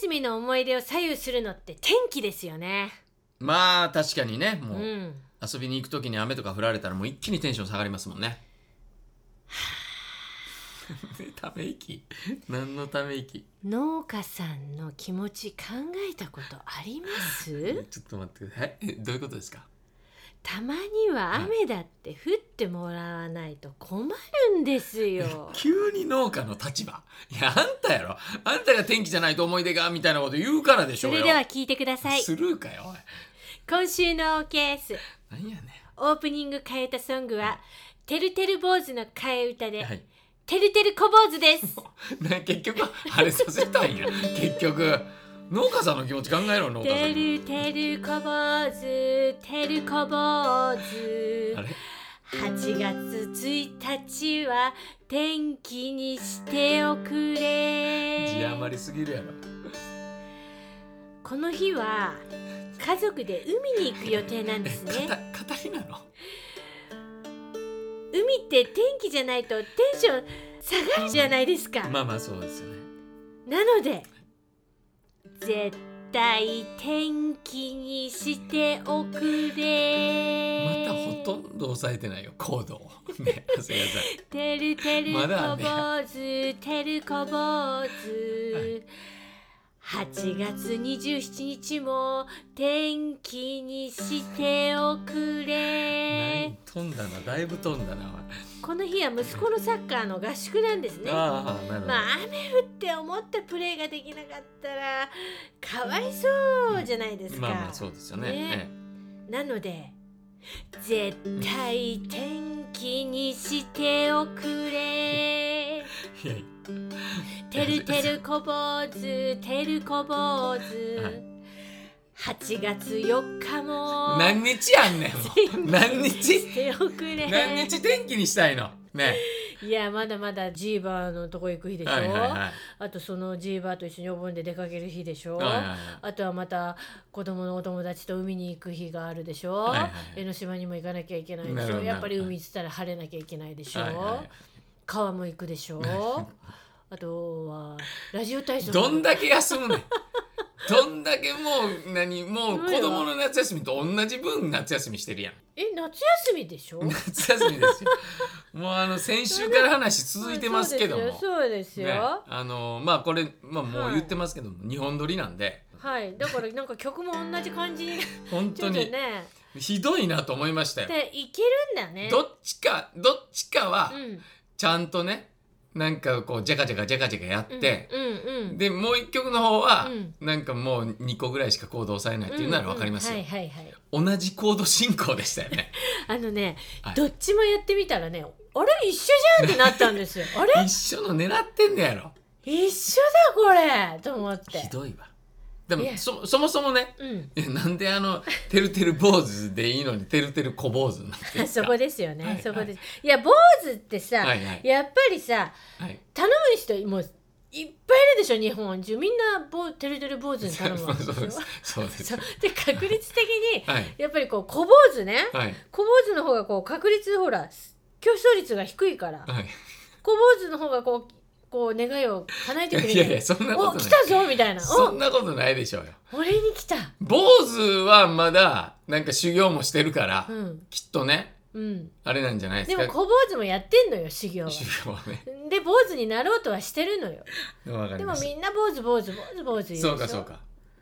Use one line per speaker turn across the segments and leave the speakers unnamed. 組の思い出を左右するのって天気ですよね
まあ確かにね
う
もう、
ん
遊びに行く時に雨とか降られたらもう一気にテンション下がりますもんね ため息何のため息
農家さんの気持ち考えたことありま
ち
す
ょっと待ってくださいえどういうことですか
たまには雨だって降ってもらわないと困るんですよ
急に農家の立場 いやあんたやろあんたが天気じゃないと思い出がみたいなこと言うからでし
そ
ょうよ
れでは聞いてください
スルーかよおい
今週の OK ケース
何やね
オープニング替え歌ソングは「てるてる坊主の替え歌
ん
で
はい
「てるてる小坊主」です
ね結局あれさせたんや結局農家さんの気持ち考えろ農家さ
て
ん
るてるこぼうずてるこぼうず
あれ
8月1日は天気にしておく
字
れ
余りすぎるやろ
この日は家族で海に行く予定なんで
え
す
かた
ね
語りなの
海って天気じゃないとテンション下がるじゃないですか
まあまあそうですよね
なので絶対天気にしておくれ
またほとんど抑えてないよ行動を ね長谷川さん
てるてるこ
まだね
ぼうず、てるこぼうず。8月27日も天気にしておくれ
何飛んだなだいぶ飛んだな
この日は息子のサッカーの合宿なんです
おい
ね
ああなるほど、
まあ雨降って思ったプレーができなかったらかわいそうじゃないですか、
まあまあそうですよね
ねなので絶対天気にしておくれ
ええいやいや
てるてるこぼうず、てるこぼうず。8月4日も。
何日やんねんも う何日
しておくれ。
何日天気にしたいのね
いや、まだまだジーバーのとこ行く日でしょ。
はいはいはい
あと、そのジーバーと一緒にお盆で出かける日でしょ。
はいはいはい
あとはまた子供のお友達と海に行く日があるでしょ、
はいはい
江ノ島にも行かなきゃいけない
な
でし
るほ
ょ
ど
やっぱり海っつったら晴れなきゃいけないでしょ、
はいは
川も行くでしょあとはラジオ体
い
操
ど
も
んだけ休むねんどんだけもう何もう子供の夏休みと同じ分夏休みしてるやん
え夏休みでしょ
夏休みですよもうあの先週から話続いてますけど
そうで
も
すよそうです
ね
よ、
あのまあこれ、まあ、も
は
う
い
言ってますけども、日本撮りな んで
はいだからなんか曲も同じ感 じに
本
ちょ
当
っと
に
ね
ひどいなと思いましたよ。
でいけるんだね
どっちかどっちかは
うん
ちゃんとねなんかこうジャカジャカジャカジャカやって、
うんうん
でもう一曲の方は、
うん
なんかもう2個ぐらいしかコード抑えないっていうならわかりますよ、
うんうんはいはいはい
同じコード進行でしたよ ね
あのね、
はい
どっちもやってみたらねあれ一緒じゃんってなったん ですよあれ
一緒の狙ってんだやろ
一緒だこれと思って
ひどいわでも
いや
そそもそもね
うん
いやなんであの「てるてる坊主」でいいのに「てるてる小坊主」 になってるん
あ
です
そ
か
こですよね、
はい
そこですいや坊主ってさ、
はいはい
やっぱりさ
はい
頼む人もういっぱいいるでしょ日本中みんなぼてるてる坊主に頼むわけ
そう
で
で
し
す
ょ
そうです
そうで確率的に
はい
やっぱりこう小坊主ね
はい
小坊主の方がこう確率ほら競争率が低いから
はい
小坊主の方がこうこう願いを叶えてくれる
いやいやそんなこと
お
ない
来たぞみたいな
そんなことないでしょうよ
お俺に来た
坊主はまだなんか修行もしてるから、
うん
きっとね
うん
あれなんじゃないで
です
か
も小坊主もやってんのよ修行は
修行はね
で坊主になろうとはしてるのよ
わ
で
かり
も
ま
み
し
んな坊主坊主坊主坊主言
た
う
そ
で
うか
しょ
そうか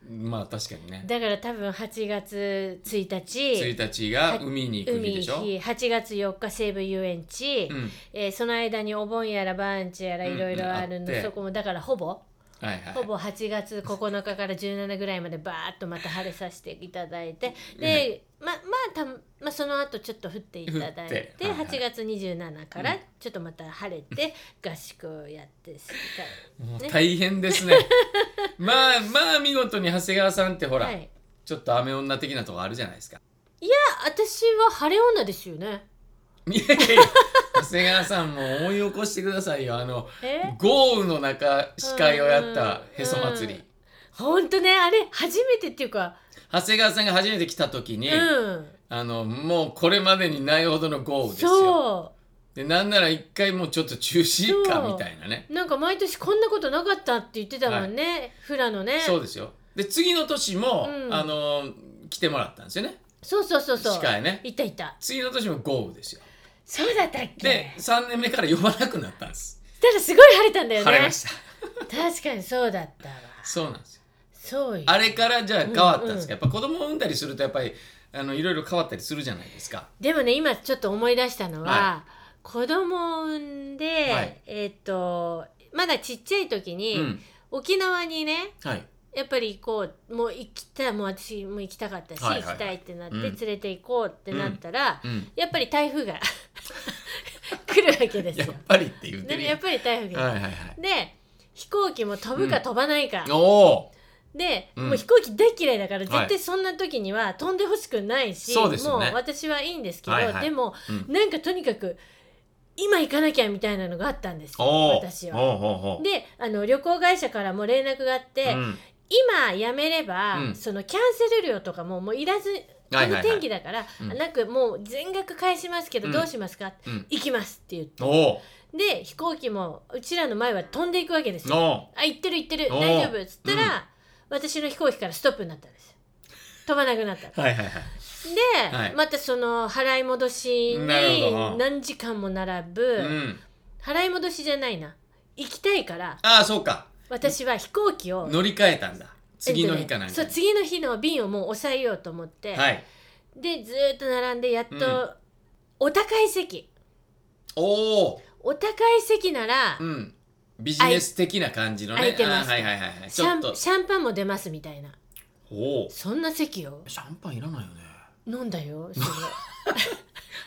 まあ確かにね
だから多分8月1日
1日が海に行く日
海
でしょ、
日8月4日西武遊園地、
うん、
えーその間にお盆やらバーンチやら
うん
いろいろあるの、
あって
そこもだからほぼ
はいはい
ほぼ8月9日から17ぐらいまでバーッとまた晴れさせていただいてで、ままあたまあその後ちょっと降っていただい
降っててはいはい
8月27か
う
ら
ん
ちょっとまた晴れて合宿をやってす
もう大変で すねまあまあ見事に長谷川さんってほら、
はい、
ちょっと雨女的なとこあるじゃないですか
あ私は晴れ女ですよね。
いやいやいや長谷川さんも思い起こしてくださいよあの
え
豪雨の中司会をやったへそ祭り、
うん本当ねあれ初めてっていうか、
長谷川さんが初めて来た時に、
うん
あのもうこれまでにないほどの豪雨ですよ
そ
でなんなら一回もうちょっと中止かみたいなね
なんか毎年こんなことなかったって言ってたもんね、フラのね
そうですよで次の年も、
うん
あのー来てもらったんですよね
そうそうそうそう
近いね
いたいた
次の年も豪雨ですよ
そうだったっけ
で3年目から呼ばなくなったんです
ただすごい晴れたんだよね
晴れました
確かにそうだったわ
そうなんですよ
そうよ
あれからじゃあ変わったんですか、
う
やっぱ子供を産んだりするとやっぱりあのいろいろ変わったりするじゃないですか
でもね今ちょっと思い出したのは、
は
子供を産んで、
はい
えっ、とまだちっちゃい時
う
に、
ん
沖縄にね
はい
やっぱりこうもう行きたいもう私も行きたかったし、
はいはいはい
行きたいってなって、
うん
連れて行こうってなったら、
うん
やっぱり台風が 来るわけです
やっ
よ。
ぱりって言ってる
ね
や
や
ん
っぱり台風が、
はいはいはい
で飛行機も飛ぶか飛ばないか、
おお
で、
うん
もう飛行機大嫌いだから
い
絶対そんな時には飛んでほしくないし、
そうです
も
よ
う
ね
私はいいんですけど、
はいはい
でも、
う
なんかとにかく今行かなきゃみたいなのがあったんですよ
おお
私
お
は。
お
であの旅行会社からも連絡があって、
うん
今やめれば、
うん
そのキャンセル料とかももういらずこ
はいはいは
の
い
天気だから、
うん
なくもう全額返しますけど
うん
どうしますか、
うん
行きますって言って
おお
で飛行機もうちらの前は飛んでいくわけですよ。
お
あ行ってる行ってる
おー
大丈夫っつったら、
うん
私の飛行機からストップになったんですよ飛ばなくな ったの
はいはいはい
で、
はい
またその払い戻し
なるほ
に
ど
何時間も並ぶ、
うん
払い戻しじゃないな行きたいから
ああそうか
私は飛行機を
乗り換えたんだ次の日かなん
えっ
か
とねそう次の日の便をもう抑えようと思って、
はい
でずーっと並んでやっと、
うん
お高い席
おお
お高い席なら、
うんビジネス的な感じのね
空いてます
あーはいはいはいはい
シ
ちょ
ャ
っと
ンシャンパンも出ますみたいな
おお
そんな席を
シャンパンいらないよね
飲んだ よそれ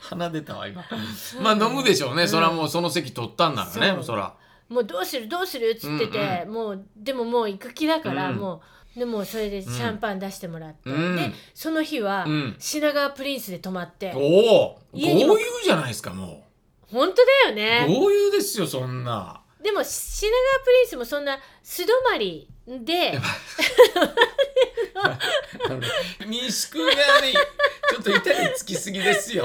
鼻出たわ今 まあ飲むでしょうね、
うん
そらもうその席取ったんなら
そ
ね
う
そら
もうどうするどうするっつってて、
うん
もうでももう行く気だから、
うん
もうでもうそれでシャンパン出してもらって、
うん
でその日は、
うん
品川プリンスで泊まって
おお豪
家にも
遊じゃないですかも
本当だよ
う
ね
豪遊ですよそんな
でも品川プリンスもそんな素泊まりで
あの民宿がねちょっと板につきすぎですよ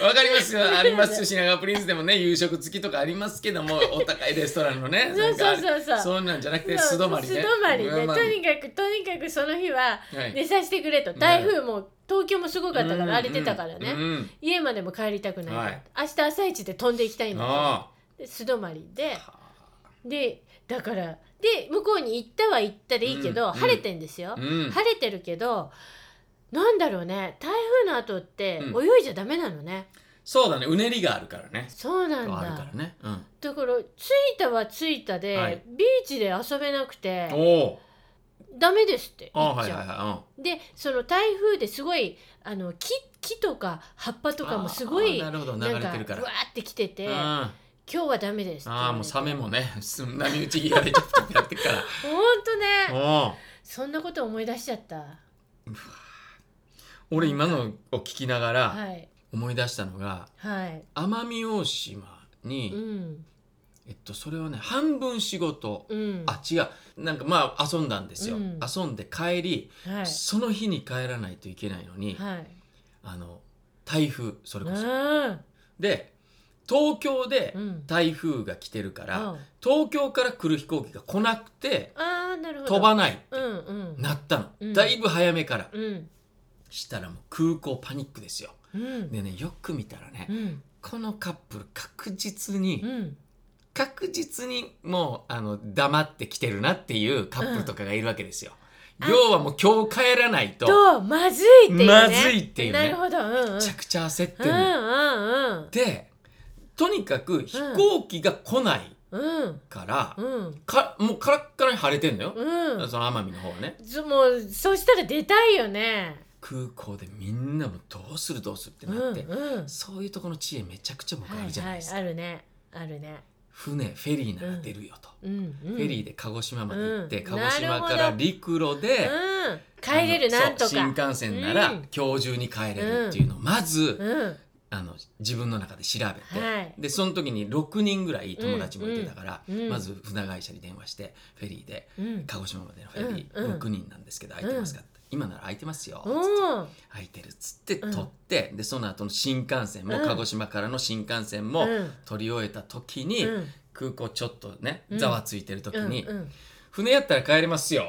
わかりますよありますよ品川プリンスでもね夕食付きとかありますけどもお高いレストランの ね
そうそうそうそう
なんかそうなんじゃなくて素泊まり
素
ね
泊まりで、
うんまあ
とにかくとにかくその日は
はい
寝させてくれと台風も東京もすごかったから、荒れてたからね、
うんうん
家までも帰りたくない、
はい
明日朝一で飛んでいきたいんだから
あ
で素泊まりで。
あ
でだからで向こうに行ったは行ったでいいけど、
うん
晴れてんですよ、
うん
晴れてるけどなんだろうね台風の後って
うん
泳いじゃダメなのね、
そうだねうねりがあるからね
そうなん
ある
だ
からねうん
だから着いたは着いたで、
はい
ビーチで遊べなくて
おお
ダメですって
あ
言っちゃう、
はいはいは
でその台風ですごいあの木木とか葉っぱ
い
と
うん
かもすごい
あーなるほど流
なん
れ
か
てるから
わーって来てて今
あ
日はダメですって言われ
あー
て
もうサメもね す波打ち際でちょっとやってるから
ほんとね
お
そんなこと思い出しちゃった
俺今のを聞きながら
はい
思い出したのが
はい
奄美大島に、
うん
えっとそれはね半分仕事、
うん、
あ違うなんかまあ遊んだんですよ、
うん
遊んで帰り、
はい、
その日に帰らないといけないのに、
はい、
あの台風それこそ、
うん、
で東京で
うん、
台風が来てるから、
うん
東京から来る飛行機が来なくて
あーなるほど
飛ばない
うんうん
なったの、
うん
だいぶ早めから、
うん
したらもう空港パニックですよ
うん
でねよく見たらね、
うん
このカップル確実に、
うん
確実にもうあの黙ってきてるなっていうカップルとかがいるわけですよ、
うん
要はもう今日帰らないとめ
とまずいっていうね
まずいっていうね
なるほどうんうん
ちゃくちゃ焦って
うん
る、
うん
でとにかく飛行機が来ない
うん
から、
うん
かもうカラッカラに晴れてんのよ、
うんうん
その奄美の方はね
ずもうそうしたら出たいよね
空港でみんなもどうするどうするって
うん
なって、
うん
そういうとこの知恵めちゃくちゃ僕あるじゃないですか、
はいはい、あるねあるね
船フェリーなら出るよと、
うんうん
フェリーで鹿児島まで行っ
う
て、
ん
鹿児島か
なる
ら
ほど
陸路
う
で、
ん帰れる
あの
なんとか
そう新幹線なら
うん
今日中に帰れるっていうのをまず
うん
あの自分の中で調べて、
はい
でその時に6人ぐらい友達もいてたから、
うんうんうん
まず船会社に電話してフェリーで
うん
鹿児島までのフェリ
うんうん
ー6人なんですけど空いてますかって、今なら空いてますよ
お
つって
ー
空いてるっつって
うん
取って、でその後の新幹線も、
うん
鹿児島からの新幹線
う
も
ん
取り終えた時に、
うん
空港ちょっとね
うん
ざわついてる時に、
うんうん
船やったら帰れますよ」っ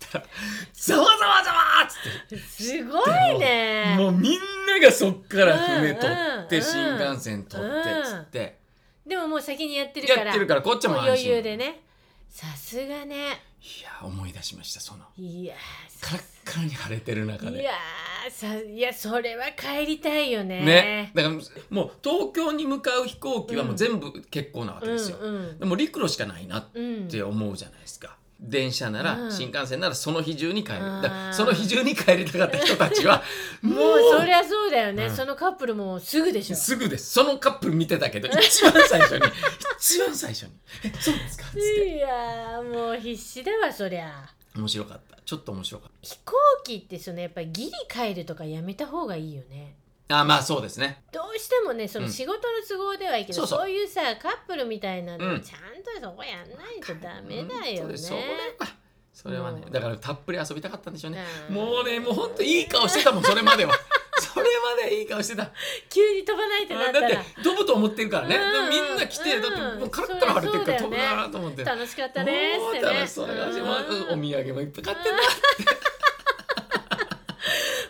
て言ったら「ざわざわざわ!」っつって
すごいね
もうみんながそっから船取っ
うん
て
う
新
ん
幹線取ってっつって
でももう先にやってるから
やってるからこっちも
もう
安
余
心
裕でねさすがね
いや思い出しましたその
いや
カ
さ
ラッカラに晴れてる中
い
で
やさいやそれは帰りたいよね
ねだからもう東京に向かう飛行機はもう全部結構なわけ
うん
ですよ
うん
でも陸路しかないなっ
うん
て思うじゃないですか電車なら、
うん
新幹線ならその日中に帰る
あー
だからその日中に帰りたかった人た ちはも
もうそり
う
ゃそうだよね、
うん
そのカップルもすぐでしょ
すぐですそのカップル見てた けど一番最初に一番最初に「えそうですか?」っつっ
い
て
やーもう必死だわそりゃ
面白かったちょっと面白かっ
飛行機ってそのやっぱりギリ帰るとかやめた方がいいよね
たあまあそうですね
どうしてもねそうの
ん
仕事の都合ではいいけど、
そう
そ
そう
ういうさカップルみたいなの
うん
ちゃんとそこやんないとダメだよ
本当
ね、
ですそれはそれはね
もう
だからたっぷり遊びたかったんでしょうね
うん
もうねもうほんといい顔してたもんそれまで はそれまでいい顔してた
急に飛ばないってな
あ
った
だって
ら
飛ぶと思ってるからね、
うん
でもみんな来て、
うん
だってもうカラッカラ晴れてるから
そ
飛
う
ぶ
だよね
かなと思って
楽しかったですって
もう
ね
楽しそうな感じ、
うん
まあお土産もいっぱい買ってん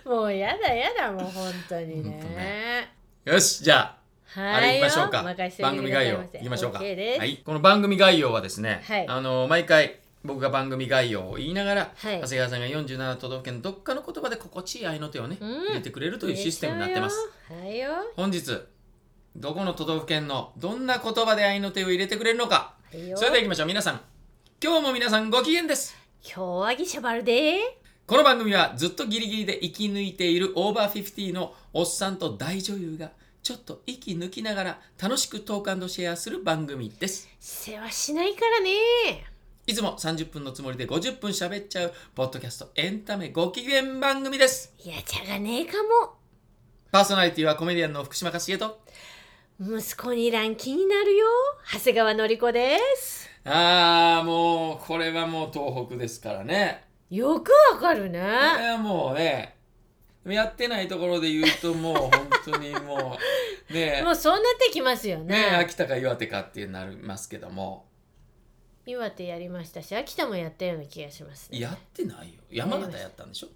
もうやだやだもう本当にね
本当ねなよしじゃああ
は
れ
い
いきましょうか
任せてあ
番
げて
組
くださ
概
い
要
ませ
いきましょうか、
OK です、
はい、この番組概要はですね、
はい
あの毎回僕が番組概要を言いながら、
はい
長谷川さんが47都道府県のどっかの言葉で心地いい愛の手をね、
うん
入れてくれるというシステムになってます
はいよ
本日どこの都道府県のどんな言葉で愛の手を入れてくれるのか
はいよ
それではいきましょう皆さん今日も皆さんご機嫌です
今日はぎしゃばるで
この番組はずっとギリギリで生き抜いているオーバーフィフティのおっさんと大女優がちょっと息抜きながら楽しくトークシェアする番組です
世話しないからね
いつも30分のつもりで50分喋っちゃうポッドキャストエンタメご機嫌番組です
いやちゃがねえか
パーソナリティはコメディアンの福島かしげと
も息子にラン気になるよ長谷川のりこです
あーもうこれはもう東北ですからね
よくわかるね
これはもうねやってないところで言うともう本当にもう ね
もうそうなってきますよ
ね
ね
秋田か岩手かってなりますけども
岩手やりましたし秋田もやったような気がしますね
やってないよ山形やったんでしょ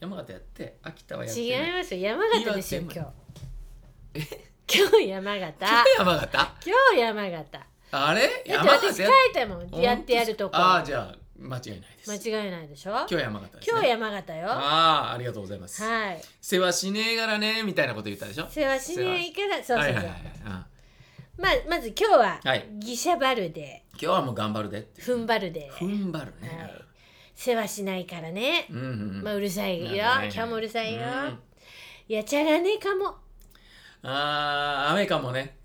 山形やって秋田はやって
違い
ない
ますよ山形ですよ
岩
今日
手も
今日山形
山形
今日山形
あれ
だっ
山
て私書
形
いたもんやってやるとこ
ああー
間
じゃあ間違いないです
違いないでしょ
今日山形です、ね、
今日山形よは
ああありがとうございます、
い
世話しねえからねみたいなこと言ったでしょ
世話しねえからそう
は
そう
い
そう
はいはい、うん、今
まあまず今日は
はい
ギシャバルで
日はもう頑張るでって
踏ん張るで
踏ん張るね、
はい世話しないからね
うんうん、
まあうるさいよ
なんかね
今日もうるさいよ
うん
やっちゃらねえかも
あー雨かもね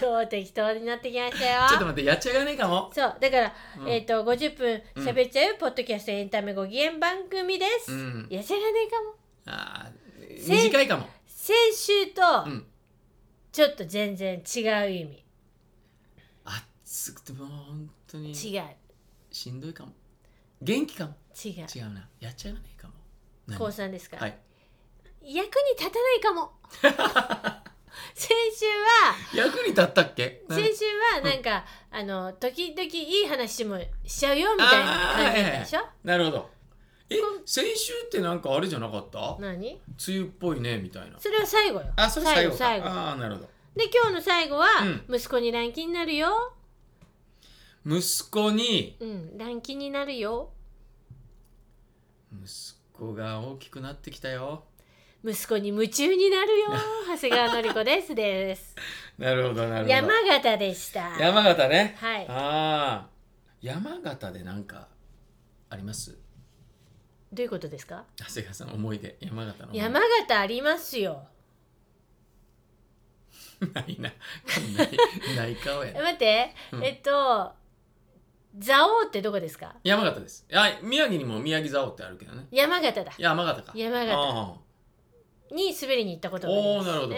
超適当になってきましたよ
ちょっと待ってやっちゃがねえかも
そうだから
うん
えっと50分喋っちゃうポッドキャストエンタメご機嫌番組です
うん
やっちゃらねえかも
あー
せん
短いかも
先週と
うん
ちょっと全然違う意味
暑くてもう本当に
違う
しんどいかも元気かも
違う
違うなやっちゃがねえかも何
高三ですから
はい
役に立たないか も先週は
役に立ったっけ
先
何
週はなんか、あの時々いい話もしちゃうよみたいな感じだったでしょ、
なるほどえ
こん
先週ってなんかあれじゃなかった梅
何
雨っぽいねみたいな
それは最後よ
あそれ最後か
最後最後
ああなるほど
で今日の最後は、
う
息子に乱気になるよ
息子に
うん乱気になるよ
息子が大きくなってきたよ
息子に夢中になる よ長谷川のり子ですです
なるほどなるほど
山形でした
山形ね
はいど
ああ山形でなんかあります
ういうことですか
長谷川さん思い出山形の思い出
山形ありますよ
ない な。ないない顔や
え
な。
待って、
うん
えっと蔵王ってどこですか
山形です。あ、宮城にも宮城蔵王ってあるけどね。
山形だ
山形か。
山形
あ
に滑りに行ったことがあります、ね、
おーなるほど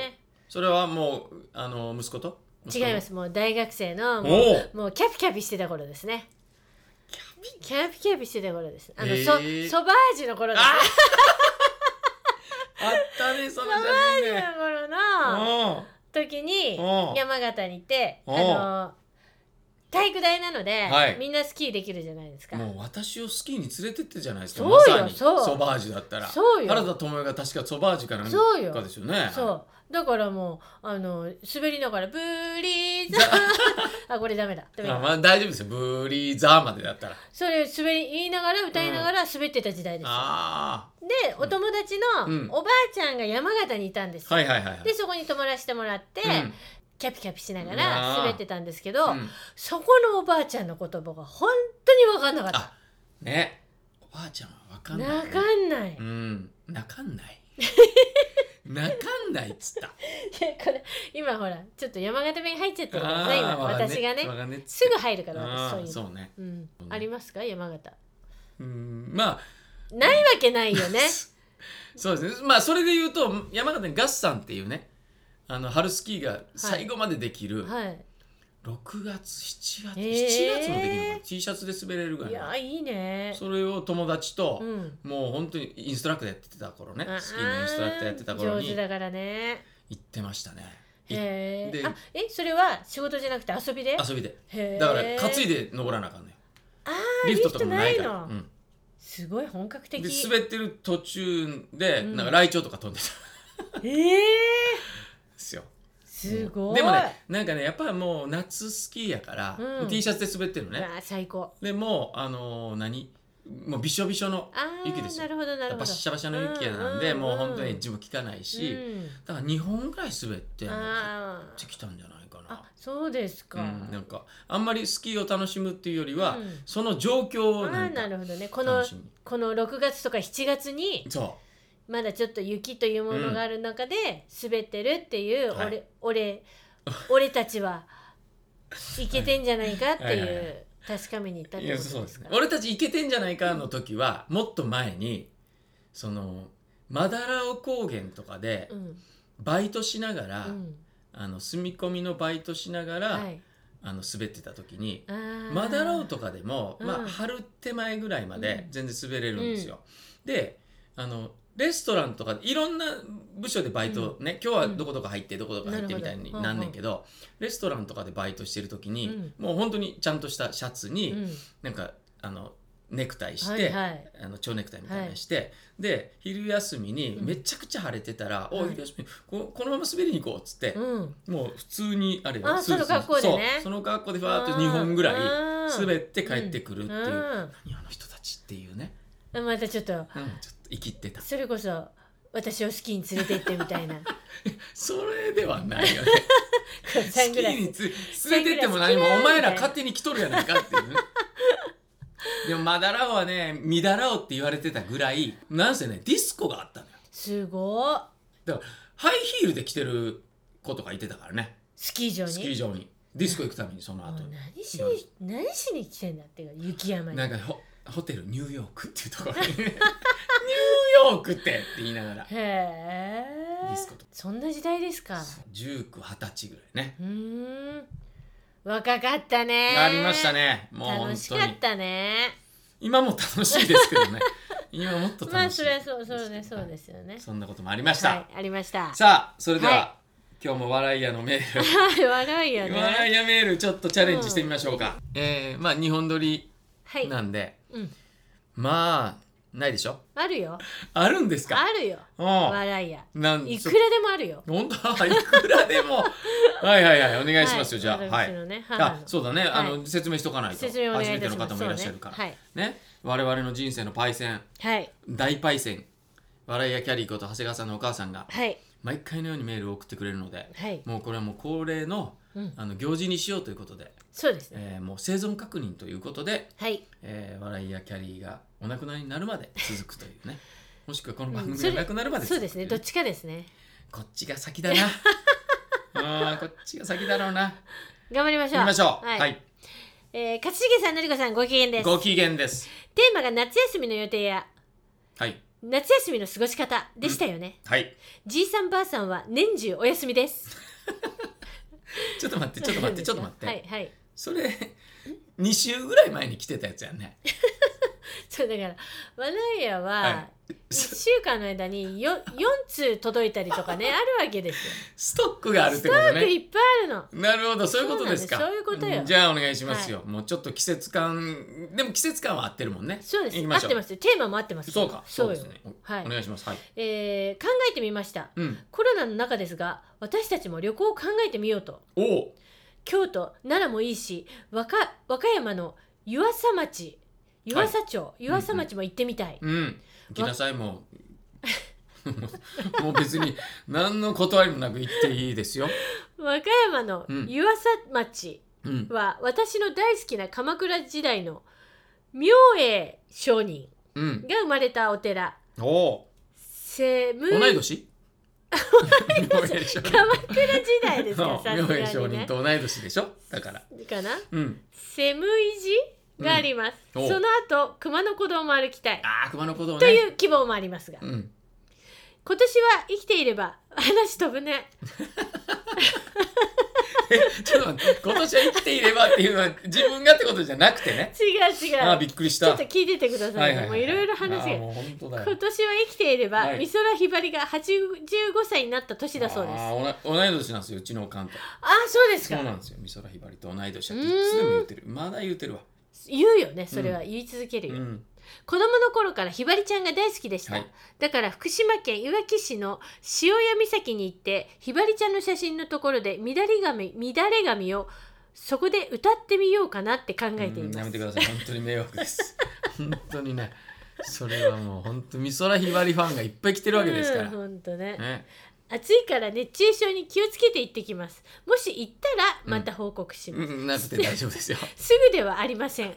それはもうあの息子と
違いますもう大学生のも
おお
うもうキャピキャピしてた頃ですねキャピキャピしてた頃ですあの、
へ
そ
ー
ソバージュの頃です
あ あったねそ
ソ
の写真ね
バージュの頃の時に
おう
山形に行ってあ
おう
の体育大なので、
はい
みんなスキーできるじゃないです
う
か
んもう私をスキーに連れてってじゃないです
そ
か
うよ
まさに
そう
ソバージュだったら
そうよ
原田知世が確かソバージュかなん
そうよ
かですよね
そうだからもうあの滑りながら「ブリーザー」 あこれダメだダメ
あ
だ
まあ大丈夫ですよブリザーまでだったら
それ滑り言いながら歌いながら滑ってた時代ですよ、
あ
でお友達
うん
のおばあちゃんが山形にいたんですよ
あ、はいはいはいはい
でそこに泊まらせてもらって、
うん
キャピキャピしなが
うわ
ら
ー
滑ってたんですけど、
うん
そこのおばあちゃんの言葉が本当に分かんなかった
あねおばあちゃんはわかんないね
泣かん ない、
う
い
ん泣かんない 泣かんないっつった
やこれ今ほらちょっと山形弁入っちゃってるから
あ
ね
ー
今
わか
私がね
わかんねっつって
すぐ入るから私
あ
そうい
ー
うの
そうね
うん、ありますか山形
うんまあ
ないわけないよね
そうですねまあそれで言うと山形にガッサンっていうねあの春スキーが最後までできる、
はい
6月7月、
えー
7月もできるのかな T シャツで滑れるぐら
い
いの
やいいね
それを友達と、
うん
もう本当にインストラクターやってた頃ねスキーのインストラクターやってた頃
上
に
手だからね
行ってましたねい
へえ
で
あえそれは仕事じゃなくて遊びで
遊びで
へー
だから担いで登らなあかんのよ
あー
リフトとかもないから
リフトないすごい本格
うん、
的
で滑ってる途中で、
うん
なんかライチョウとか飛んでたんで
ええ
すよ
すごい
でもねなんかねやっぱりもう夏スキーやから、
うん
もう T シャツで滑ってるの
う
ね
わ最高
でもうあのー何もうびしょびしょの
あ
雪です
ーな
よ
るほどなるほど
バッシャバシャの雪やなんで、
うん
もう本当にエッジも効かないし、
うん
だから2本ぐらい滑って持
あ
って
ー
きたんじゃないかな
あそうですか、
うん、なんかあんまりスキーを楽しむっていうよりは、
うん
その状況
あ
をな
ー
んか
なるほどねこの
楽しみ
この6月とか7月に
そ
まだちょっと雪というものがある中で滑ってるっていう、
はい
俺俺俺たち はいけてんじゃないかってい
はいはいは
う確かめに行った
う
っ
い
て
や
こと
そう
で
です
す
ね
か。
俺たち行けてんじゃないかの時はもっと前にそのマダラオ高原とかで
うん
バイトしながら、
うん
あの住み込みのバイトしながら、
はい、
あの滑ってた時に
あー
マダラオとかでも、
うん
まあ、春手前ぐらいまで
うん
全然滑れるんですよ。であのレストランとかいろんな部署でバイト、ね今日はどこどこ入ってどこどこ入ってみたいに
なるほど
なんねんけど、レストランとかでバイトしてる時に、もう本当にちゃんとしたシャツに、
うん
なんかあのネクタイして。
はいはい、
あの蝶ネクタイみたいなのして、で昼休みにめちゃくちゃ晴れてたら「
うん
おい昼休みここのまま滑りに行こう」っつって、
うん、
もう普通にあれよ
あ
スーツ
その格好でね
そうその格好でファーっと2本ぐらい
あー
滑って帰ってくるっていう、
うん
何あの人たちっていうね、
うん、またちょっと
うん、ちょっと生きってた
それこそ私をスキーに連れて行ってみた いな
それではない よね
サ
ス
ン
キ
グラ
ー
ス
につ連れてっても何も
サン
お
グラス嫌い
前ら勝手に来とるやないかっていうねでもマダラオはねミダラオって言われてたぐらいなんせねディスコがあったのよ
すごい
だからハイヒールで来てる子とかいてたからね
スキー場に
スキー場にディスコ行くためにその
も
後
う
に
何しに何しに来てんだっていうか雪山に
なんかホホテルニューヨークっていうとこ ろにニューヨークってって言いながら
へえ
ディスコと
そんな時代ですか
1920歳ぐらいね
うーん若かったね
ありましたねもう本
楽し
当
か
に
ったね
今も楽しいです けどね今もっと楽しい
まあそれはそうそうね
です
そ
け
う
ど
ですよね
そんなこともありました、
はいありました
さあそれでは、
は
今日も笑い屋のメール
はい笑いよ
笑
ね
い屋メールちょっとチャレンジしてみましょうか、えー、まあ日本撮り
はい
なんで、
うん
まあないでしょ
あるよ
あるんです
あ
か
るよ
うん
笑いや
なん
いくらでもあるよ
本当 はいくらでもはいはいはいお願いしますよ、じゃあは
私
い
のね母
あ
の
そうだね、
は
あの説明しとかないと
説明お願いいたし
初め
ます
ての方もいらっしゃるから
そう
ね
ね
我々の人生のパイセン
はいはい
大パイセン笑いやキャリーこと長谷川さんのお母さんが
はい
毎回のようにメールを送ってくれるので、
はい
もうこれはもう恒例の,、
うん
あの行事にしようということで、
そうですね
えーもう生存確認ということで、
はい
えー笑いやキャリーがお亡くなりになるまで続くとい うねもしくはこの番
うん
組
それ
がなくなるまで
そう
続
で
くとい
すねどっちかですね
こっちが先だ なあーこっちが先だろうな
頑張りましょう
行きましょう
は、
はいい、
えー勝重さんのりこさんご機嫌です
ご機嫌です
テーマが夏休みの予定や
はい
夏休みの過ごし方でしたよね。
はい
じいさんばあさんは年中お休みです。
ちょっと待 ってちょっと待ってちょっと待って、
はいはい。
それ2週ぐらい前に来てたやつやんね
そうだからマナイアは
は
1週間の間に 4, 通届いたりとかねあるわけですよ。
ストックがあるっ
ス
て
ト
こ
ッ
と
ク
ね
いっぱいあるの。
なるほどそういうことですか
そうなんですそういうことよ
んじゃあお願いしますよ、もうちょっと季節感でも季節感は合ってるもんね
そうです。
行き
合
ま
っ
しょう
てますよ。テーマも合ってますよ。
そうか
そうよ
ですねお,、
はい
願いしますはい
えー考えてみました。
うん
コロナの中ですが私たちも旅行を考えてみようと。
おお
京都奈良もいいし和歌和歌山の湯浅町湯浅町、湯浅町も行ってみたい。
うん行きなさいもうもう もう別に何の断りもなく行っていいですよ、
和歌山の
うん
湯浅町。
うん、
は私の大好きな鎌倉時代の明英商人
うん。
が生まれたお寺
おお
セム
ー。同い年。同い 年。
鎌倉時代ですからさ
明恵
すが
上
にね
人と同い年でしょ。だから。
かな
うん。
セムイ寺があります、
うんおう
その後熊野古道も歩きたい
ああ、熊野古道
と
ね。
いう希望もありますが、
うん。
今年は生きていれば話飛ぶね
えちょっと待って、今年は生きていればっていうのは、自分がってことじゃなくてね。
違う違
ああ、
う
びっくりし
ちょ
た。
っと聞いててください,、もういろいろ話
あー
が
もう本当だ
今
よ。
年は生きていれば、
はい
美空ひばりが85歳になった年だそうです
あ
あ
ー同い同い年なんですよ、うちのおかんと。
あーそうです
そ
か
うなんですよ、美空ひばりと同い年だっていつでも言ってる。まだ言ってるわ。
言うよねそれは、言い続け
う
るよ、
ん。
子供の頃からひばりちゃんが大好きでした、
はい
だから福島県いわき市の塩屋岬に行ってひばりちゃんの写真のところで乱れ髪乱れ髪をそこで歌ってみようかなって考えてい
うん
ます
やめてください本当に迷惑です 本当にねそれはもう本当美空ひばりファンがいっぱい来てるわけですから、
うんほんとね
ね、
暑いから熱中症に気をつけて行ってきますもし行ったら
うん
また報告します、
うんなくて大丈夫ですよ
すぐではありません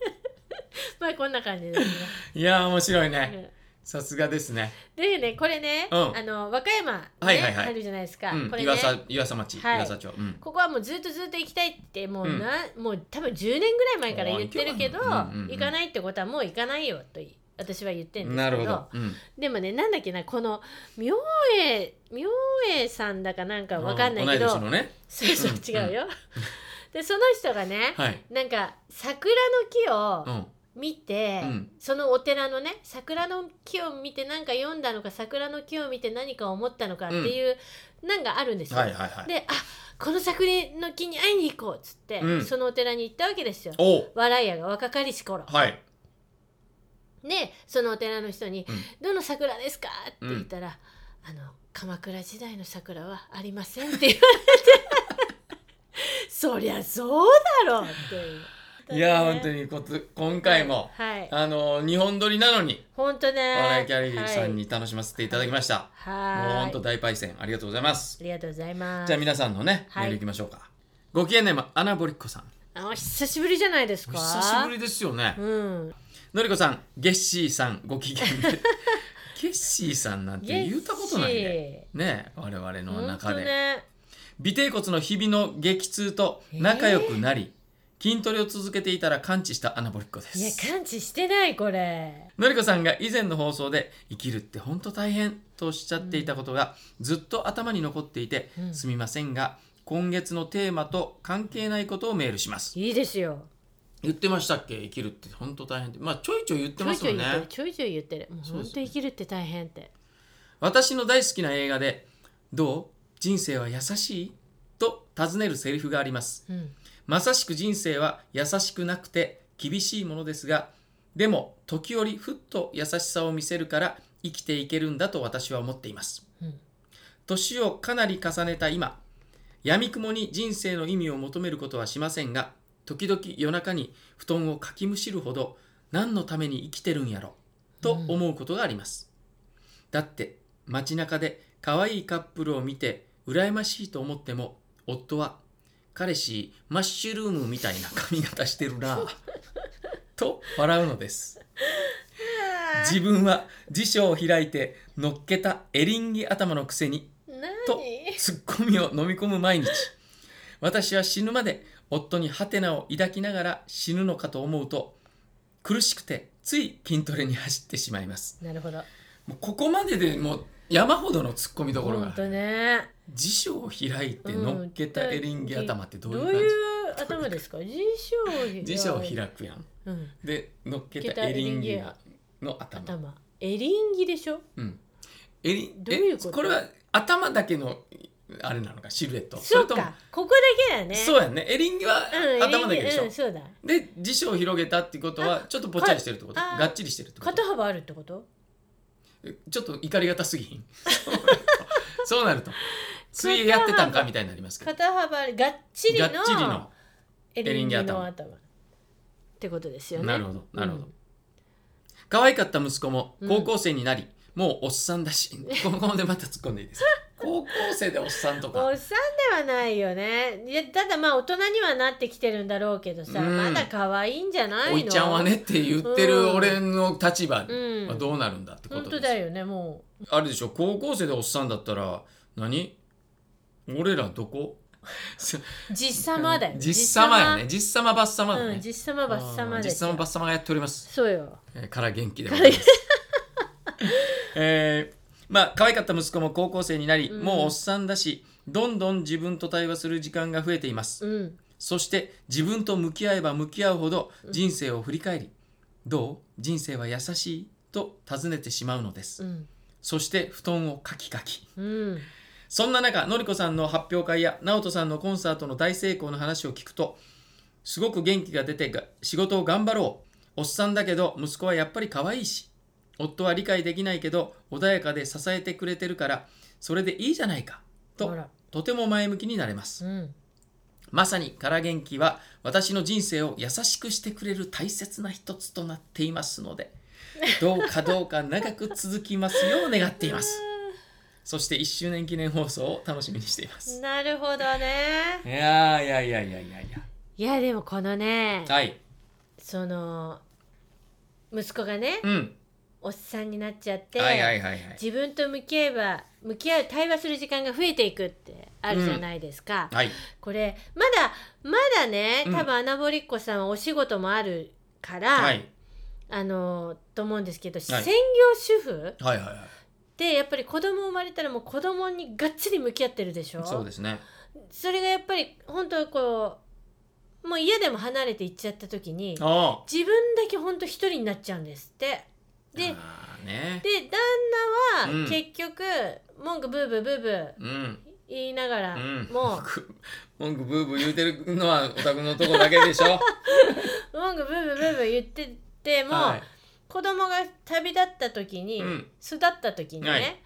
まあこんな感じです
いやー面白い
ね、う
ね
ん
さすがですね
でねこれね、
うん
あの和歌山、ね
はいはいはい
あるじゃないですか、
うん
これね
岩佐岩佐町、
はい
岩佐町、うん、
ここはもうずっとずっと行きたいってもう
うん
な、もう多分10年ぐらい前から言ってるけど
あー行けばいいのうんうんうん
行かないってことはもう行かないよと私は言ってるんですけど
なるほど、うん、
でもねなんだっけなこの明英明英さんだかなんかわかんないけど、
同い年のね
そうそう違うよ、 でその人がね、
はい
なんか桜の木
う
を
ん
見て、
うん
そのお寺のね桜の木を見てなんか読んだのか桜の木を見て何か思ったのかっていう、なんかあるんですよ、
はいはいはい
であこの桜の木に会いに行こうっつって、
うん
そのお寺に行ったわけですよ
おう
笑い屋が若かりし頃
はい
でそのお寺の人に
うん
「どの桜ですか?」って言ったら「あの鎌倉時代の桜はありません」って言われ てそりゃそうだろうっていう、
いやー本当
に
にこと今回も、
はい
あのー日本撮りなのに
本当ね
笑いキャリーさん
に
に楽しませていただきました、
はい
もう
は
本
い
当大パイセンありがとうございます
ありがとうございます
じゃあ皆さんのね、
はい
メールいきましょうか。ご機嫌ねまアナボリッコさん。
あお久しぶりじゃないです
お
か
久しぶりですよね。
うん
のりこさん、ゲッシーさん、ご機嫌ね。 ゲッシーさんなんて言ったことないね。ね我々の
本当
中で、
ね
尾低骨の日々の激痛と仲良くなり、筋トレを続けていたら完治したアナボリッコで
いや
す
感知してないこれ
のりこさんが以前の放送で生きるって本当大変とおっしゃっていたことがずっと頭に残っていて、
うん
すみませんが今月のテーマと関係ないことをメールします
いいですよ
言ってましたっけ生きるって本当大変ってまあちょいちょい言って
ちょ
ま
い
す
ちょい
も
言
ん
って
ね
るちょいちょい言ってるもう
そう
本
です
当生きるって大変って
私の大好きな映画で「どう人生は優しい?」と尋ねるセリフがあります
うん
まさしく人生は優しくなくて厳しいものですがでも時折ふっと優しさを見せるから生きていけるんだと私は思っています
うん
年をかなり重ねた今闇雲に人生の意味を求めることはしませんが時々夜中に布団をかきむしるほど何のために生きてるんやろと思うことがあります、だって街中で可愛いカップルを見て羨ましいと思っても夫は彼氏マッシュルームみたいな髪型して るなぁと笑うのです自分は辞書を開いてのっけたエリンギ頭のくせにと
何
ツッコミを飲み込む毎日私は死ぬまで夫にハテナを抱きながら死ぬのかと思うと苦しくてつい筋トレに走ってしまいます
なるほど
もうここまででもう山ほどの突っ込みどころ
本
が
当ね
辞書を開いて乗っけたエリンギ頭ってどう
どう
いう感
いう頭です か辞書を開
じ辞書を開くやん
うん、
で乗っけたエリンギの頭
頭エリンギでしょ
うんエリン
どういうこと
えこれは頭だけのあれなのかシルエット
そう
れとも
かここだけだね
そうやんねエリンギは
うん、
頭だけでしょ、
エリンギうん、そうだ
で辞書を広げたってことはちょっとぽっちゃりしてるってこと
かあ
がっちりしてるってこと
肩幅あるってこと
ちょっと怒りがたす ぎひんそうなると水泳やってたんかみたいになりますけど
肩幅あるがっちり
が
の
っちりの
エリンギ
エリンギ
の
頭
頭ってことですよね
なるほどなるほど、
うん
可愛かった息子も
うん
高校生になり、もうおっさんだしここでまた突っ込んでいい ですか高校生でおっさんと
お
か
っさんではないよねいやただまあ大人にはなってきてるんだろうけどさ、
うん
まだ可愛いんじゃないの
おいちゃんはねって言ってる俺の立場
うん
はどうなるんだってこ
本
と
当
です、
だよねもう
あるでしょ高校生でおっさんだったら何俺らどこ
実様だよ
実様やね実様ばっさまだ
う
ね
ん、実様ばっさま
あー
で
実様ばっさまがやっております、
そうよ
えーから元気でございます、 えーまあ可愛かった息子も高校生になり、
うん
もうおっさんだしどんどん自分と対話する時間が増えています、
うん
そして自分と向き合えば向き合うほど人生を振り返り、どう人生は優しいと尋ねてしまうのです、
うん
そして布団をカキカキ
うん
そんな中、のりこさんの発表会や直人さんのコンサートの大成功の話を聞くと、すごく元気が出てが仕事を頑張ろう。おっさんだけど息子はやっぱり可愛いし、夫は理解できないけど穏やかで支えてくれてるから、それでいいじゃないかと
ほ、ら
とても前向きになれます。
うん
まさにから元気は私の人生を優しくしてくれる大切な一つとなっていますの で、どうかどうか長く続きますよう願っています。そして1周年記念放送を楽しみにしています。
なるほどね
いやーいやいやいやいやいや。
いやでもこのね
はい。
その息子がね
うん。
おっさんになっちゃって、
はいはいはいはい。
自分と向き合えば向き合う対話する時間が増えていくってあるじゃないですか、
はい。
これまだまだね
うん
多分アナボリッコさんはお仕事もあるから、
はい。
あのと思うんですけど、
はい
専業主婦
はいはいはい。
でやっぱり子供生まれたらもう子供にがっちり向き合ってるでしょ
そうですね。
それがやっぱり本当こうもう家でも離れていっちゃった時に
ああ。
自分だけ本当一人になっちゃうんですって。で
あーね。
で旦那
うん
は結局、文句ブーブーブーブー
うん。
言いながら、
うん。
も
文句ブーブー言うてるのはお宅のとこだけでし ょ。
う文句ブーブーブーブー言ってても、
は
子供が旅立った時に、
うん
巣立った時にね、
はい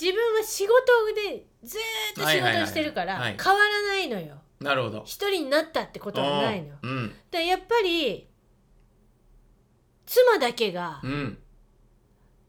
自分は仕事でずーっと仕事をしてるから、
はいはいはいはい
変わらないのよ
い。なるほど。
一人になったってことはないのよ。
うん。
でやっぱり妻だけが
うん。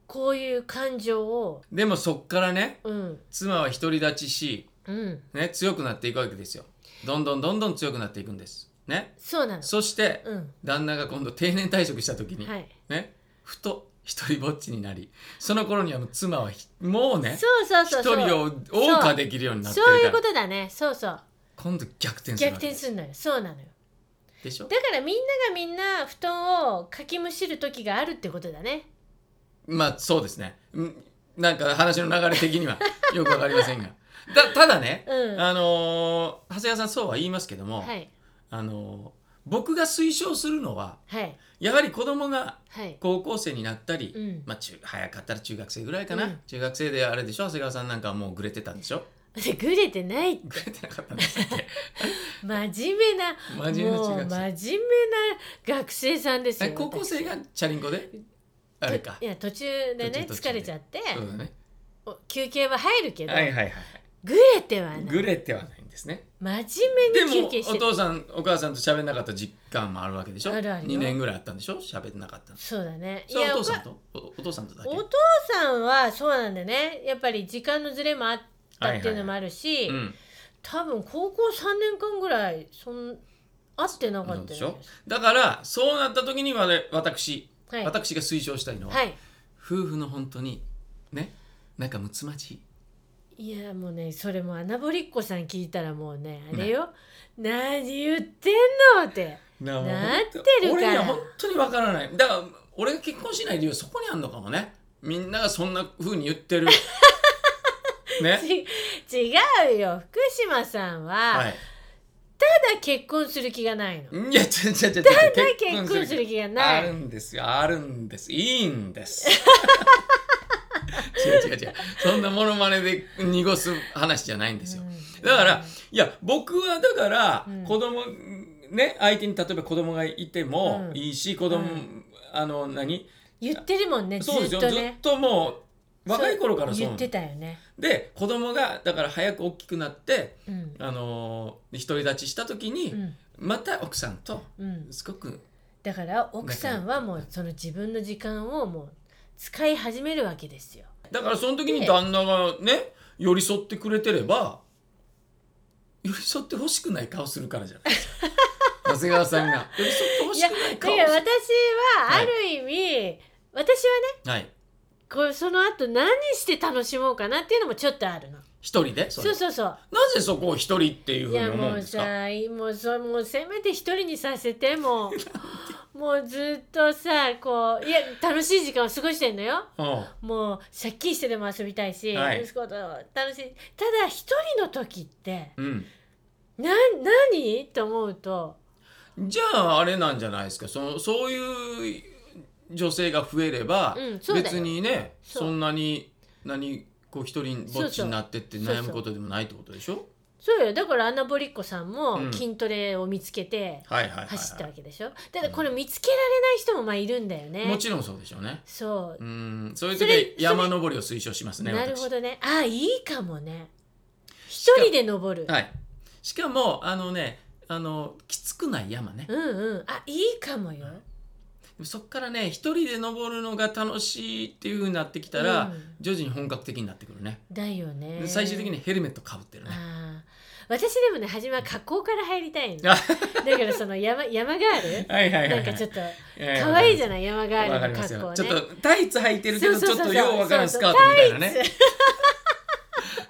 こういう感情を
でもそっからね、
うん
妻は独り立ちし、
うん
ね、強くなっていくわけですよ。どんどんどんどん強くなっていくんです。ね。
そうなの。
そして、
うん
旦那が今度定年退職した時に、
はい
ね、ふと一人ぼっちになりその頃にはもう妻はひもうね
そうそうそ
一
うそう
人を謳歌できるようになってる
そういう
か
こ
ら
とだねそうそう
今度逆転する
逆
わけ
転するのよそうなのよ
でしょ
だからみんながみんな布団をかきむしる時があるってことだね
まあそうですねうんなんか話の流れ的 にはよくわかりませんがだただね、
うん
あのー長谷川さんそうは言いますけども、
はい
あのー僕が推奨するのは
はい
やはり子供が
はい
高校生になったり、
うん
まあ、中早かったら中学生ぐらいかな、
うん
中学生であれでしょ長谷川さんなんかはもうぐれてたんでし ょ
でグレてないって
ぐれてなかったんですって
真面目な
真面目な中
もう
学生
真面目な学生さんです
え
よ
高校生がチャリンコであ
私
れか
いや途中でね
途中途中で
疲れちゃって、
そうだね
お休憩は入るけど、
はいはいは
グレてはいない
ぐれてはないんですね
真
で
面目に
も
休憩し
お
てる
父さんお母さんと喋んなかった実感もあるわけでしょ
あるあるよ
2年ぐらいあったんでしょ喋んなかったの
そうだね
それはお父さん
お
とおお父さんとだけ
お父さんはそうなんだよねやっぱり時間のズレもあったっていうのもあるし、
うん、
多分高校3年間ぐらいそん会ってなかったよね
そうでしょだからそうなった時にはね私、
はい、は
私が推奨したいのは、
い、
夫婦の本当にね仲睦まじい
いやもうねそれもアナボリッコさん聞いたらもうねあれよ、何言ってんのって
なあもう
なってるから
俺には本当にわからないだから俺が結婚しない理由そこにあんのかもねみんながそんな風に言 ってるね
ち違うよ福島さんは、
はい
ただ結婚する気がないの
いやちょちょちょち
た
ょ
だ結婚する気がな
あ
い
るんですよあるんですいいんです 違う違う違うそんなモノマネで濁す話じゃないんですよ
うん
だからいや僕はだから
うん
子供、ね相手に例えば子供がいても
うん
いいし、子供、
うん
あの何
言ってるもんねず
そうです
っ
よ
と
ずっ
ね
ともう若い頃からそう
言ってたよね、
で子供がだから早く大きくなって
うん
あのー独り立ちした時に、
うん
また奥さんと
うん、
すごく
だから奥さんはもうその自分の時間をもう使い始めるわけですよ
だからその時に
で
旦那がね寄り添ってくれてれば寄り添ってほしくない顔するからじゃないです か長谷川さんが寄り添ってほしくない
だか
顔
ら
を
私は
はい
ある意味、私はね
はい
こうその後何して楽しもうかなっていうのもちょっとあるの
一人でそ
そう
れ
そうそう
なぜそこを一人っていうふ
いう
に
や
思う
も
ん
う
ですか
さもうそうもうせめて一人にさせてもう もうずっとさこういや楽しい時間を過ごしてんのよ
うん
もう借金してでも遊びたいし、
はい
息子と楽しいただ一人の時って
うん
な何と思うと
じゃああれなんじゃないですかそのそういう女性が増えれば、
うんそうだよ
別にね
そう
そんなに何こう一人ぼっちになってって悩
そう
む
そう
ことでもないってことでしょ
そうよだからアンナ・ボリッコさんも
うん
筋トレを見つけて
はいはいはい、はい、
走ったわけでしょ、ただこれ見つけられない人もまあいるんだよね
もちろんそうでしょうね
そう
うーんそういう
そ
時
れ
山登りを推奨しますね
なるほ
私
どねあいいかもね一人で登る、
はいしかもあのねあのきつくない山ね
うんうんあいいかもよ
そっからね一人で登るのが楽しいっていうふうになってきた
う
ら、
ん
徐々に本格的になってくるね、
だよね
で最終的にヘルメットかぶってるね
あー私でもね初めは加工から入りたいのだ
あ
からその山山ガール
はいはいはい、は、
ないんかちょっと
ええ
可愛いじゃない山ガ
わ
ー
か
ル
り
の
ますよ、
格好
ちょっ
ね
とタイツ履いてるけど
そうそうそうそう
ちょっとようわからんスカートみたいな
そう
ね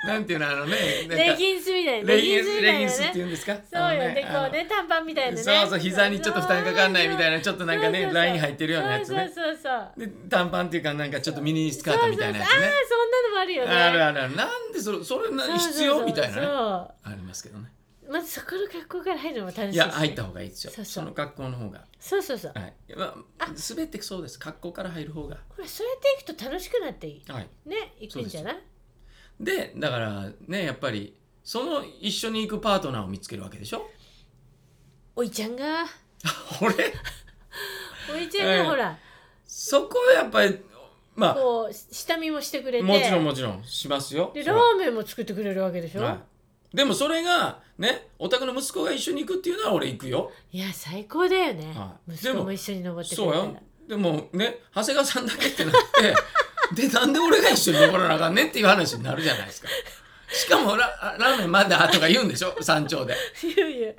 なんていうのあのねなんか
レギンスみたいな
レギンスレギ
レギ
ン
ン
ス
ス
っ
み
て
たいな
言うんですか
そうよ
あの
でこうね短パンみたいなね
そうそう膝にちょっと負担かかんないみたいなちょっとなんかね
そうそうそう
ライン入ってるようなやつね
そうそうそうそう
で短パンっていうかなんかちょっとミニスカートみたいなやつ
そうそうそうあ
ね
ーそんなのもあるよね
あるあるあるなんでそれそれな
そうそうそう
必要みたいな
そ
ねありますけどね
うまずそこの格好から入るのも楽しいし
いや入った方がいいですよ
そう
そ
そう
の格好の方が
そうそうそう
はいまあ全てそうです格好から入る方が
ほらそうやっていくと楽しくなっていい
はい
ねいくんじゃない
でだからねやっぱりその一緒に行くパートナーを見つけるわけでしょ
おいちゃんが
俺
おいちゃん
ええ
がほら、
そこはやっぱりま
こう下見もしてくれ
あ
て
もちろんもちろんしますよ
で
それ
ラ
は
ーメンも作ってくれるわけでしょ、
はいでもそれがねお宅の息子が一緒に行くっていうのは俺行くよ
い、や最高だよね、
はい
息
で
子
も
も一緒に登ってく
そ
れ
う
たら
よでもね長谷川さんだけってなって でなんで俺が一緒に登らなあかんねんっていう話になるじゃないですかしかもララーメンまだとか言うんでしょ山頂で
いやいや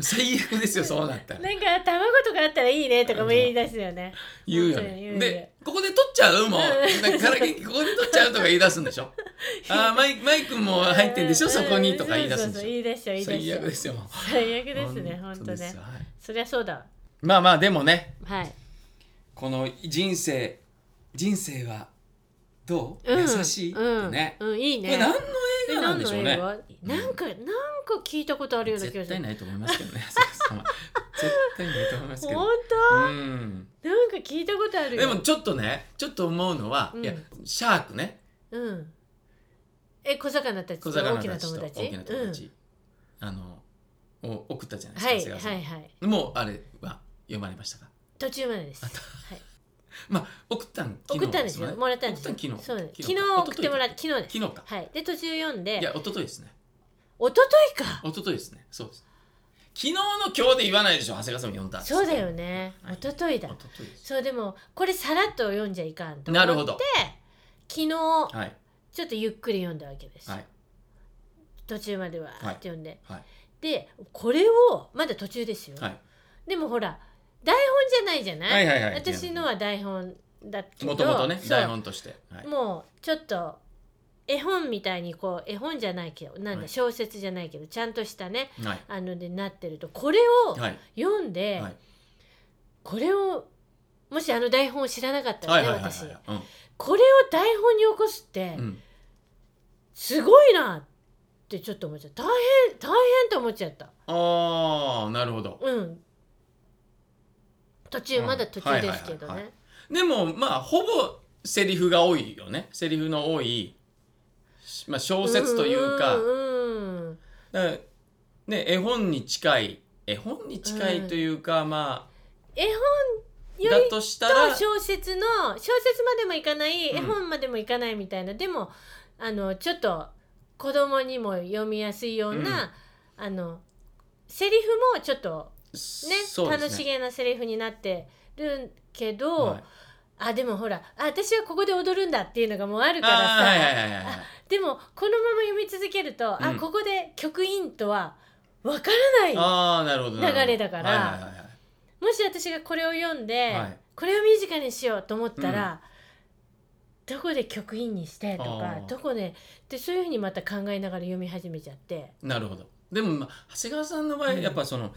最悪ですよそうなったら
なんか卵とかあったらいいねとかも言い出すよね
言うよ
本当に言う
ね。
よ
で、ここで取っちゃうもん。なんかガラケーここで取っちゃうとか言い出す んでしょ。あーマイマイ君も入ってんでしょ、
う
そこにとか言い出す
そ
ん
うそう
で
そう
し
言い出しちゃう
ょ。
言い出し
最
ちゃ
悪
う
ですよ。もう
最悪ですね本当
です
ね
よはい
そりゃそうだわ
まあまあ、でもね、
はい
この人生、人生はどう、
うん
優しいってね。
うんうんいい
こ
ね
れ何の映
え
画なんでしょうね。
何の映画なんかなんか聞いたことあるような気が
絶
する
対ないと思いますけどね、 浅草さんは絶対ないと思いますけ ど
本。
うん
当なんか聞いたことある
で
よ
もちょっとね、ちょっと思うのは、
うん
いや、シャークね。
うんえ小魚たちと
小
大
魚
きな
たち
友
と
達
大きな友達、あのを送ったじゃな
うんはいい
ですか、長谷川さん
はいはい
もうあれは読まれましたか
途中までですはい
まあ送ったん昨日
送ったんですよ
ね
もらったんですよ
送ったん昨日
そうです
昨
昨
日
日送ってもらっ
一
昨日です
昨日か、
はいで途中読ん
い、
で
や一昨日ですね
一昨日か
一昨日ですねそうです昨日の今日で言わないでしょ長谷川さんも読んだんです
そうだよね
はい
一昨日
一
だ
昨日です
そうでもこれさらっと読んじゃいかんと思って
なるほど
昨日
はい
ちょっとゆっくり読んだわけです、
はい
途中まではって
はい
読んで、
はい
でこれをまだ途中ですよ、
はい
でもほら台本じゃないじゃない,、
はいはいはい
私のは台本だけど
もともとね
そう
台本として、はい、
もうちょっと絵本みたいにこう絵本じゃないけどなん
は
だ
い
小説じゃないけどちゃんとしたね
はい
あのでなってるとこれを
はい
読んで、
はい
これをもしあの台本を知らなかった
は
ら
い
ね
はいはい
私
はい
これを台本に起こすって
うんうん
すごいなってちょっと思っちゃった大変大変と思っちゃった
ああなるほど
うん途中
うん
まだ途中ですけど
はいはいはいは
ね
でもまあほぼセリフが多いよねセリフの多い、しまあ、小説というか
うんうんうん
だからね絵本に近い絵本に近いというか、ま
絵本
あ
よ
だ
り
としたら
と小説の小説までもいかない
うん
絵本までもいかないみたいな、でもあのちょっと子供にも読みやすいような、あのセリフもちょっとね
そうです
楽しげなセリフになってるけど、
はい
あでもほらあ私はここで踊るんだっていうのがもうあるからさ、
あーはいはいはいはいはい
でもこのまま読み続けると、
う
あ
ん
ここで曲インとはわからない
あーなるほどなるほど
流れだから
はいはいはいはい
もし私がこれを読んで、
はい
これをミュージカルにしようと思ったら、どこで曲インにしてと
あ
か
ー
どこででそういうふうにまた考えながら読み始めちゃって
なるほどでも、まあ、長谷川さんの場合
うん
やっぱその、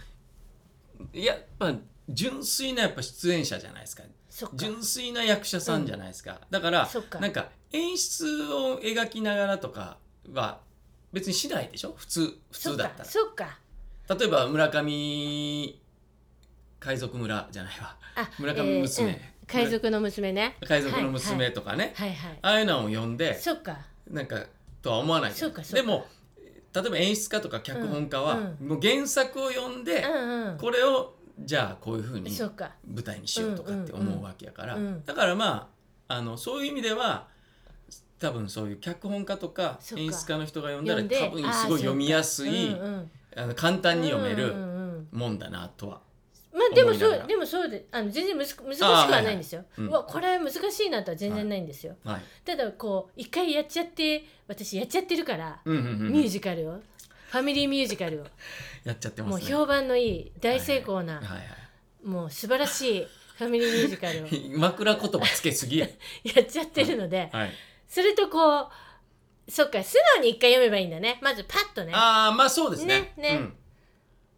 やっぱ純粋なやっぱ出演者じゃないですか
そっか
純粋な役者さんじゃないですか、だから
そっか
なんか演出を描きながらとかは別にしないでしょ普通普
そ
通
っ
だ
か
った
そっから
例えば村上海賊村じゃないわ
あ
村上娘
えーうん海賊の娘ね
海賊の
は
娘とかね、
いはい、はい
ああいうのを呼ん
はい、
で
そっか
なんかとは思わないじ
そ
ゃ
う
ない
かそう
で
か
も例えば演出家とか脚本家は、
うん
もう原作を読んで、
うんうん
これをじゃあこういうふうに
そっか
舞台にしようとかって思うわけやから、
うんうんうん
だからまああのそういう意味では多分そういう脚本家とか
そっか
演出家の人が読んだら
読んで
多分
あー
すごい読みやすい
うんうん
あの簡単に読め
う
る
んうんうん
もんだなとは。
まあでも
思いなが
そ
ら
うでもそうであの全然むず難しく
あーはい
は
は
ないいんですよ、
うん
うわこれ難しいなとは全然ないんですよ、
はい
ただこう一回やっちゃって私やっちゃってるから、
うんうんうん
ミュージカルをファミリーミュージカルを、
やっちゃって
も
ま
う
すね。は
評判のいい大成功な、
いは
もう素晴らしいファミリーミュージ カルを
い、枕言葉つけすぎ や。
やっちゃってるので、
はい、
それとこうそっか素直に一回読めばいいんだねまずパッとね
ああまあそうですね。
ねね
うん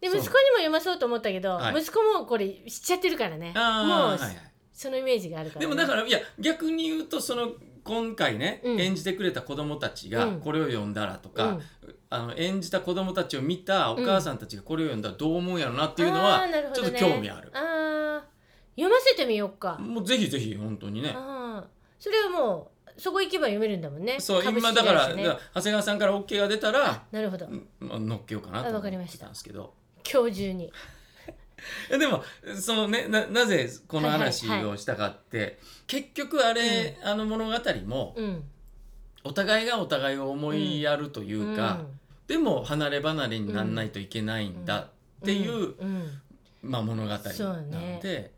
で
そう
息子にも読まそうと思ったけど、
はい
息子もこれ知っちゃってるからねもう、
あーはいはい
そのイメージがあるから、ね、
でもだからいや逆に言うとその今回ね、
うん
演じてくれた子供たちが
うん
これを読んだらとか、
うん
あの演じた子供たちを見たお母さんたちがこれを読んだらどう思うんやろなっていうのは
あーなるほ
ち
ど
ょっ
ね
と興味ある。
あー読ませてみようか、
もうぜひぜひ本当にね。
ああそれはもうそこ行けば読めるんだもんね
そう
株
今
式
だから
会社ね
だから長谷川さんから OK が出たら
なるほど
まあ乗っけようかなと
あ
思
わ
っ
か
て
りました
たんですけど
今日中に
えでもそのねななぜこの話
はいはい
をしたかって、結局あれ、あの物語も
うん
お互いがお互いを思いやるというか、でも離れ離れにならないといけないんだっていう、
うんうん
まあ、物語な
そう
の
ね
で、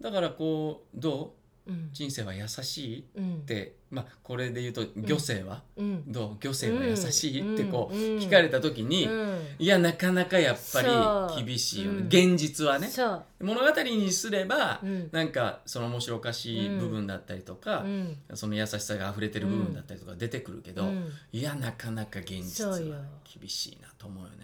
だからこうど
うん
う人生は優しい
うん
って、まあ、これで言うと「漁政は、
うん
どう漁政は優しい?」ってこう
うんうん
聞かれた時に、
うん
いやなかなかやっぱ
そ
り
う
厳しいよね、
うん
現実はね。
そう
物語にすれば、
うん
なんかその面白おかしい部分だったりとか
う、ん
その優しさが溢れてる部分だったりとか出てくるけど、
うん
いやなかなか現実
そうよ
は厳しいなと思うよね。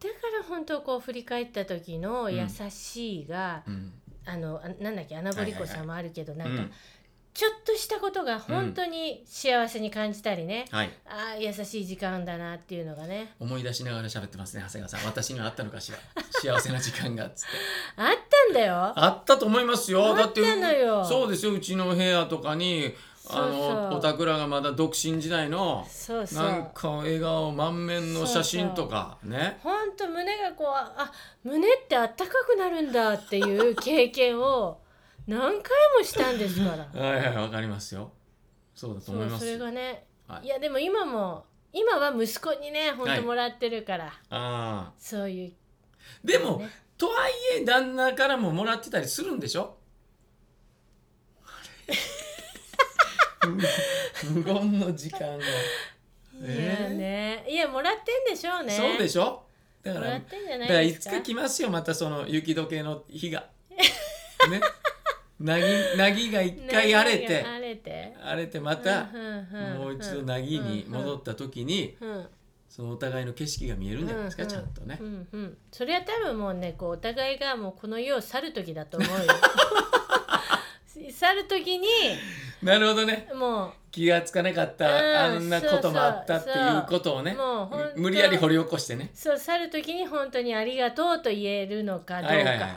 だから本当こう振り返った時の
ん
優しいが、
うん
あのあなんだっけアナボリコさんもあるけど、
う
なん
ん
かちょっとしたことが本当に幸せに感じたりね、
はい、
ああ優しい時間だなっていうのがね
思い出しながら喋ってますね長谷川さん私にはあったのかしら幸せな時間がっつって
あったんだよ
あったと思いますよだ
あ
っ
ってたのよ
そうですようちの部屋とかにあの
そうそう
おたくらがまだ独身時代の
そうそう
なんか笑顔満面の写真とかね
ほんと胸がこうああ胸ってあったかくなるんだって いう経験を何回もしたんですから
はいはいわかりますよそうだと 思
そ
いうます
それがね、
はい
い、やでも今も今は息子にねほん
はい
ともらってるから、
あ
そういう
ーでも、
ね
とはいえ旦那からももらってたりするんでしょ 無言の時間が。
いやねいやもらってんでしょうね
そうでしょだか
も
ら
らってんじゃな
だ
い
からい
で
つ
すか
か来ますよまたその雪解けの日がねなぎなぎが一回荒れ て
荒れて
荒れてまたも
も
う一度なぎに戻
っ
った時にそのお互いの景色が見えるんじゃないですかちゃんとね
う。んうん、それは多分もうねこうお互いがもうこの世を去る時だと思う よ去る時に
なるほどね
もう
気がつかなかっ
うん
たあんなこともあったっていうことをね
もう本当
無理やり掘り起こしてね。
そう去る時に本当にありがとうと言えるのかどうか、
はいはいはい。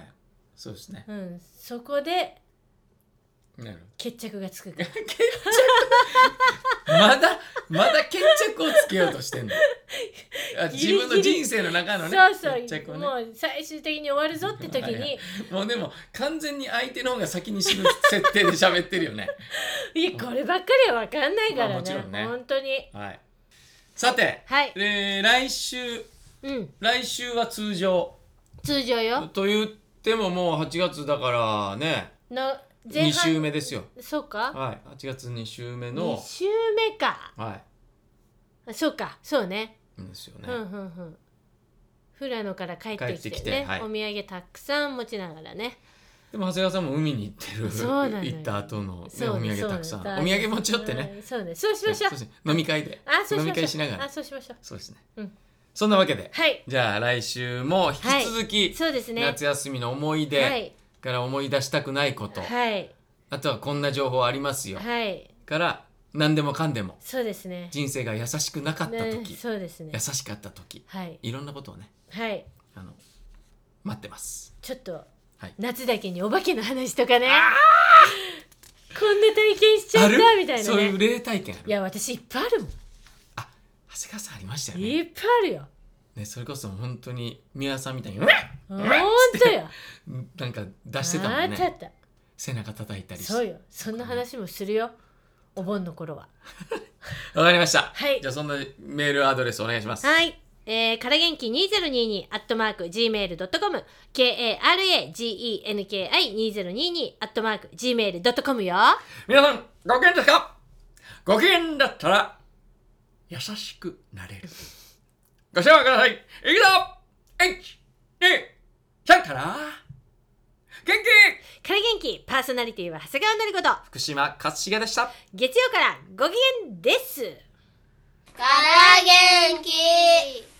そうですね。
うん、そこで
なるほど
決着がつくか
まだまだ決着をつけようとし てんの。あ自分の人生の中のね
ら、そう
決着
そう、
をね
も。う最終的に終わるぞって時
はいは
に
もうでも完全に相手の方が先に死ぬ設定で喋ってるよね。
いやこればっかりは分かんないからね,、
まあもちろんね
本当に
はい。さて、
はい
えー来週
うん
来週は通常
通常よ
と言ってももう8月だからね
の前
2
半
週目ですよ。
そうか
はい。8月2週目
2
の
週目か
は
そうかそうね
いですよね。
うんうんうん富良野から帰ってきてね
帰ってきてはい
お土産たくさん持ちながらね
でも長谷川さんも海に行ってる
そうなのよ
行った後の、ね、
そう
お
ね
土産たくさんお土産持ち寄ってね、
うんそうねそうしましょう
そうですね飲み会で
あそうしましょう
飲み会しなが
あ
ら
そうしましょう
そうですね、
うん
そんなわけで、
はい
じゃあ来週も引き続き、
そうですね
夏休みの思い
は
出
い
から思い出したくないこと、
はい
あとはこんな情報ありますよ、
はい
から何でもかんでも
そうですね
人生が優しくなかった時、
ねそうですね
優しかった時
はい
いろんなことをね
はい
あの待ってます。
ちょっと
はい
夏だけにお化けの話とかねこんな体験しちゃっ
あ
た
る
みたいな
そういう
ね
霊体験ある
いや私いっぱいあるもん
長谷川さんありましたよね
いっぱいあるよ
ね、それこそ本当に宮さんみたいにうわ
ほんとよ
っなんか出してた
あ
もん
ったあ
ね
った
背中叩いたりして
そうよそんな話もするよお盆の頃は
わかりました、
はい
じゃあそんなメールアドレスお願いします
はい。えー、から元気2022アットマーク gmail.com k-a-r-a-g-e-n-k-i2022 アットマーク gmail.com よ。
皆さんご機嫌ですかご機嫌だったら優しくなれるご視聴くださいいくぞ1 2 3から元気
から元気パーソナリティは長谷川のりこと
福島勝重でした
月曜からご機嫌です。
から元気